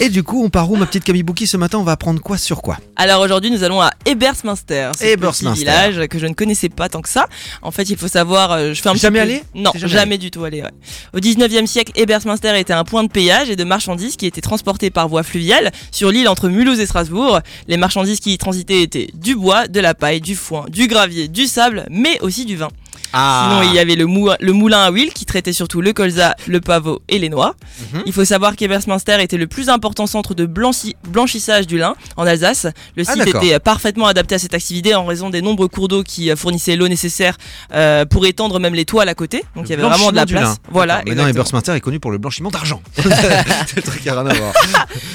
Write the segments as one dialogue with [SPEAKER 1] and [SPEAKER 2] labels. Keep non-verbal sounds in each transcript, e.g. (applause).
[SPEAKER 1] Et du coup, on part où, ma petite Camille Bouki Ce matin, on va apprendre quoi sur quoi
[SPEAKER 2] Alors aujourd'hui, nous allons à Ebersminster. ce
[SPEAKER 1] Ebersminster.
[SPEAKER 2] petit village que je ne connaissais pas tant que ça. En fait, il faut savoir, euh, je fais un petit
[SPEAKER 1] Jamais
[SPEAKER 2] peu-
[SPEAKER 1] allé
[SPEAKER 2] Non,
[SPEAKER 1] T'es
[SPEAKER 2] jamais,
[SPEAKER 1] jamais
[SPEAKER 2] du tout allé. ouais. Au 19e siècle, Ebersminster était un point de péage et de marchandises qui étaient transportées par voie fluviale sur l'île entre Mulhouse et Strasbourg. Les marchandises qui y transitaient étaient du bois, de la paille, du foin, du gravier, du sable, mais aussi du vin.
[SPEAKER 1] Ah
[SPEAKER 2] Sinon, il y avait le, mou- le moulin à huile qui traitait surtout le colza, le pavot et les noix.
[SPEAKER 1] Mhm.
[SPEAKER 2] Il faut savoir qu'Ebersminster était le plus important centre de blanchi- blanchissage du lin en Alsace. Le
[SPEAKER 1] Ah,
[SPEAKER 2] site
[SPEAKER 1] d'accord.
[SPEAKER 2] était euh, parfaitement adapté à cette activité en raison des nombreux cours d'eau qui euh, fournissaient l'eau nécessaire euh, pour étendre même les toiles à côté. Donc il y avait vraiment de la place. Voilà.
[SPEAKER 1] Maintenant,
[SPEAKER 2] exactement.
[SPEAKER 1] Ebersminster est connu pour le blanchiment
[SPEAKER 2] (laughs)
[SPEAKER 1] d'argent. C'est le truc qui a rien à voir.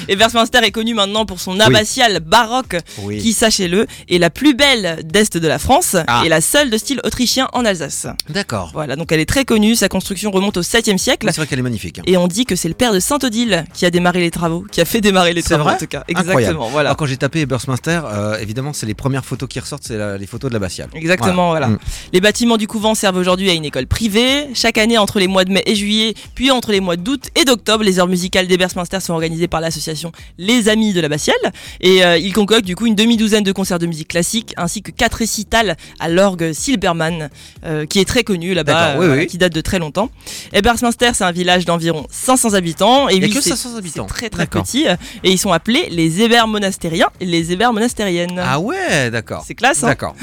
[SPEAKER 2] Ebersminster est connu maintenant pour son abbatiale baroque
[SPEAKER 1] Oui.
[SPEAKER 2] qui, sachez-le, est la plus belle d'Est de la France
[SPEAKER 1] Ah.
[SPEAKER 2] et la seule de style autrichien en Alsace.
[SPEAKER 1] D'accord.
[SPEAKER 2] Voilà, donc elle est très connue, sa construction remonte au 7e siècle.
[SPEAKER 1] Oui, C'est vrai qu'elle est magnifique. hein.
[SPEAKER 2] Et on dit que c'est le père de Saint-Odile qui a démarré les travaux, qui a fait démarrer les
[SPEAKER 1] C'est
[SPEAKER 2] travaux
[SPEAKER 1] vrai
[SPEAKER 2] en tout cas.
[SPEAKER 1] Incroyable.
[SPEAKER 2] Exactement, voilà.
[SPEAKER 1] Alors, quand j'ai tapé Ebersminster, euh, évidemment, c'est les premières photos qui ressortent, c'est la- les photos de la Bastiale.
[SPEAKER 2] Exactement, voilà.
[SPEAKER 1] Mm.
[SPEAKER 2] Les bâtiments du couvent servent aujourd'hui à une école privée. Chaque année, entre les mois de mai et juillet, puis entre les mois d'août et d'octobre, les heures musicales d'Ebersminster sont organisées par l'association Les Amis de la Bastiale. Et euh, ils concoquent du coup une demi-douzaine de concerts de musique classique, ainsi que quatre récitals à l'orgue Silbermann, euh, qui est très connu là-bas,
[SPEAKER 1] D'accord, oui,
[SPEAKER 2] voilà,
[SPEAKER 1] oui.
[SPEAKER 2] qui date de très longtemps. Ebersminster, c'est un village d'environ 500 habitants. Et
[SPEAKER 1] Il y a
[SPEAKER 2] oui,
[SPEAKER 1] que
[SPEAKER 2] c'est-
[SPEAKER 1] 500 habitants.
[SPEAKER 2] C'est très très
[SPEAKER 1] D'accord.
[SPEAKER 2] petit. euh, Et ils sont appelés les Hébert monastériens et les Hébert monastériennes.
[SPEAKER 1] Ah ouais, d'accord.
[SPEAKER 2] c'est classe, hein
[SPEAKER 1] D'accord.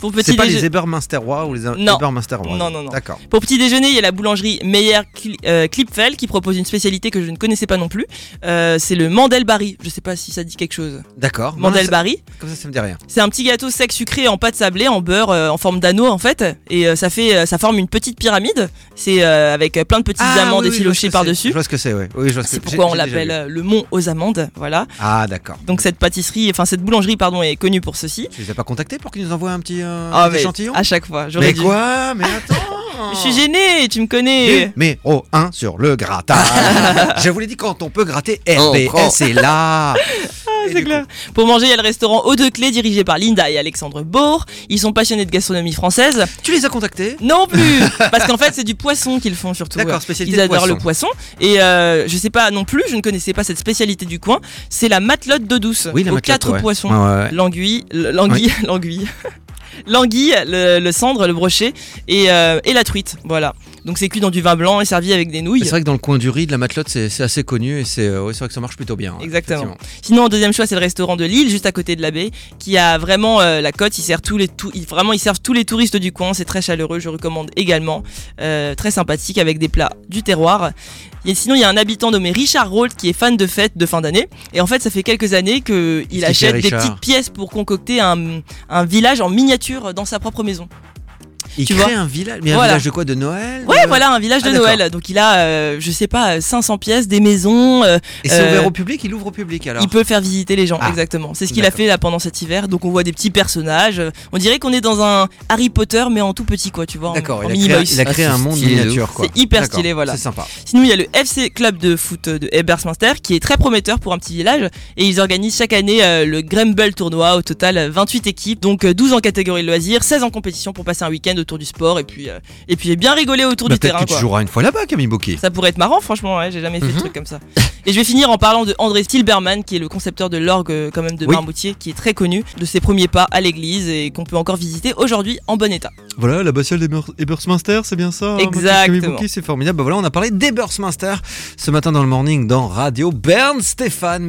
[SPEAKER 2] Pour petit
[SPEAKER 1] C'est pas
[SPEAKER 2] déje-
[SPEAKER 1] les Eberminsterois ou les
[SPEAKER 2] Non.
[SPEAKER 1] Eberminsterois.
[SPEAKER 2] Non, non, non.
[SPEAKER 1] D'accord.
[SPEAKER 2] Pour petit déjeuner, il y a la boulangerie Meyer Cli- euh, Klipfel qui propose une spécialité que je ne connaissais pas non plus. Euh, c'est le Mandelbari. Je sais pas si ça dit quelque chose.
[SPEAKER 1] D'accord. Non, non,
[SPEAKER 2] Mandelbari,
[SPEAKER 1] ça- Comme ça, ça me dit rien.
[SPEAKER 2] c'est un petit gâteau sec sucré en pâte sablée, en beurre, euh, en forme d'anneau en fait, et euh, ça fait, euh, ça forme une petite pyramide. C'est euh, avec euh, plein de petits
[SPEAKER 1] Ah oui, oui,
[SPEAKER 2] diamants
[SPEAKER 1] je vois ce
[SPEAKER 2] effilochés
[SPEAKER 1] que
[SPEAKER 2] par
[SPEAKER 1] c'est. Je
[SPEAKER 2] dessus. Ah,
[SPEAKER 1] vois ce que c'est, oui. oui je vois ce
[SPEAKER 2] C'est
[SPEAKER 1] que- j'ai-
[SPEAKER 2] pourquoi on
[SPEAKER 1] j'ai déjà
[SPEAKER 2] l'appelle
[SPEAKER 1] vu.
[SPEAKER 2] euh, le Mont aux amandes. Voilà.
[SPEAKER 1] Ah, d'accord.
[SPEAKER 2] Donc cette pâtisserie, enfin cette boulangerie pardon, est connue pour ceci.
[SPEAKER 1] Tu les as pas contactés pour qu'ils nous envoient un petit euh,
[SPEAKER 2] Ah,
[SPEAKER 1] petit
[SPEAKER 2] mais
[SPEAKER 1] échantillon
[SPEAKER 2] à chaque fois, j'aurais
[SPEAKER 1] Mais
[SPEAKER 2] dû.
[SPEAKER 1] quoi Mais attends
[SPEAKER 2] (laughs) Je suis gênée, tu me connais.
[SPEAKER 1] Numéro 1 sur le
[SPEAKER 2] (laughs)
[SPEAKER 1] grattage. Je vous l'ai dit, quand on peut gratter, RBS est
[SPEAKER 2] (laughs)
[SPEAKER 1] là. Et
[SPEAKER 2] Ah, C'est
[SPEAKER 1] du
[SPEAKER 2] clair. Pour manger, il y a le restaurant Aux deux clés dirigé par Linda et Alexandre Bourg. Ils sont passionnés de gastronomie française.
[SPEAKER 1] coup, Tu les as contactés (laughs)
[SPEAKER 2] Non plus Parce qu'en fait, c'est du poisson qu'ils font surtout.
[SPEAKER 1] D'accord, spécialité
[SPEAKER 2] Ils adorent
[SPEAKER 1] poisson.
[SPEAKER 2] le poisson. Et euh, je sais pas non plus, je ne connaissais pas cette spécialité du coin. C'est la matelote d'eau douce.
[SPEAKER 1] Oui, la
[SPEAKER 2] aux
[SPEAKER 1] matelote,
[SPEAKER 2] quatre
[SPEAKER 1] ouais.
[SPEAKER 2] poissons.
[SPEAKER 1] Ouais, ouais, ouais.
[SPEAKER 2] L'anguille, le- l'anguille, (laughs) l'anguille. L'anguille, le, le cendre, le brochet et, euh, et la truite. Voilà. Donc c'est cuit dans du vin blanc et servi avec des
[SPEAKER 1] Mais
[SPEAKER 2] nouilles.
[SPEAKER 1] C'est vrai que dans le coin du riz, de la matelote, c'est c'est assez connu et c'est euh, ouais, c'est vrai que ça marche plutôt bien. ouais,
[SPEAKER 2] Exactement.
[SPEAKER 1] effectivement.
[SPEAKER 2] Sinon, en deuxième choix, c'est le restaurant de Lille, juste à côté de la baie, qui a vraiment euh, la côte. Ils servent tous les, tou- ils- vraiment, ils servent tous les touristes du coin. C'est très chaleureux. Je recommande également. Euh, très sympathique avec des plats du terroir. Et sinon, il y a un habitant nommé Richard Rolt qui est fan de fêtes de fin d'année. Et en fait, ça fait quelques années que
[SPEAKER 1] qu'il
[SPEAKER 2] il achète
[SPEAKER 1] fait,
[SPEAKER 2] des
[SPEAKER 1] Richard
[SPEAKER 2] petites pièces pour concocter un, un village en miniature dans sa propre maison.
[SPEAKER 1] Il
[SPEAKER 2] Tu
[SPEAKER 1] crée
[SPEAKER 2] vois
[SPEAKER 1] un village, mais un
[SPEAKER 2] Voilà.
[SPEAKER 1] village de quoi De Noël
[SPEAKER 2] Ouais,
[SPEAKER 1] de-
[SPEAKER 2] voilà, un village
[SPEAKER 1] ah,
[SPEAKER 2] de
[SPEAKER 1] d'accord.
[SPEAKER 2] Noël. Donc, il a, euh, je sais pas, 500 pièces, des maisons, euh,
[SPEAKER 1] Et c'est
[SPEAKER 2] Euh,
[SPEAKER 1] ouvert au public Il ouvre au public alors
[SPEAKER 2] Il peut faire visiter les gens,
[SPEAKER 1] Ah.
[SPEAKER 2] exactement. C'est ce qu'il a
[SPEAKER 1] D'accord.
[SPEAKER 2] fait là pendant cet hiver. Donc on voit des petits personnages. Euh, On dirait qu'on est dans un Harry Potter mais en tout petit quoi, tu vois. en-
[SPEAKER 1] D'accord,
[SPEAKER 2] en
[SPEAKER 1] il, a
[SPEAKER 2] mini
[SPEAKER 1] créé-
[SPEAKER 2] boys.
[SPEAKER 1] il a créé
[SPEAKER 3] Ah,
[SPEAKER 1] un
[SPEAKER 3] c'est
[SPEAKER 1] monde
[SPEAKER 3] stylé de
[SPEAKER 1] miniature
[SPEAKER 2] ouf.
[SPEAKER 1] quoi.
[SPEAKER 2] C'est hyper
[SPEAKER 1] D'accord,
[SPEAKER 2] stylé, voilà.
[SPEAKER 1] C'est sympa.
[SPEAKER 2] Sinon il y a le FC Club de foot de Ebersminster qui est très prometteur pour un petit village et ils organisent chaque année euh, le Grumble tournoi au total euh, 28 équipes donc euh, 12 en catégorie de loisirs, 16 en compétition pour passer un week-end autour du sport et puis euh, et puis j'ai bien rigolé autour
[SPEAKER 1] Bah,
[SPEAKER 2] du terrain
[SPEAKER 1] Peut-être que tu
[SPEAKER 2] quoi.
[SPEAKER 1] joueras une fois là-bas, Camille Bouquet.
[SPEAKER 2] Ça pourrait être marrant, franchement, ouais, j'ai jamais fait
[SPEAKER 1] Mhm.
[SPEAKER 2] de truc comme ça. Et je vais finir en parlant de André Stilberman, qui est le concepteur de l'orgue euh, quand même de
[SPEAKER 1] Oui.
[SPEAKER 2] Marmoutier, qui est très connu de ses premiers pas à l'église et qu'on peut encore visiter aujourd'hui en bon état.
[SPEAKER 1] Voilà, la bastiole d'Ebersminster, c'est bien ça. hein, Mathieu
[SPEAKER 2] Exactement.
[SPEAKER 1] Camille Bouquet, C'est formidable. Bah voilà, on a parlé d'Ebersminster ce matin dans le morning dans Radio Bern Stéphane.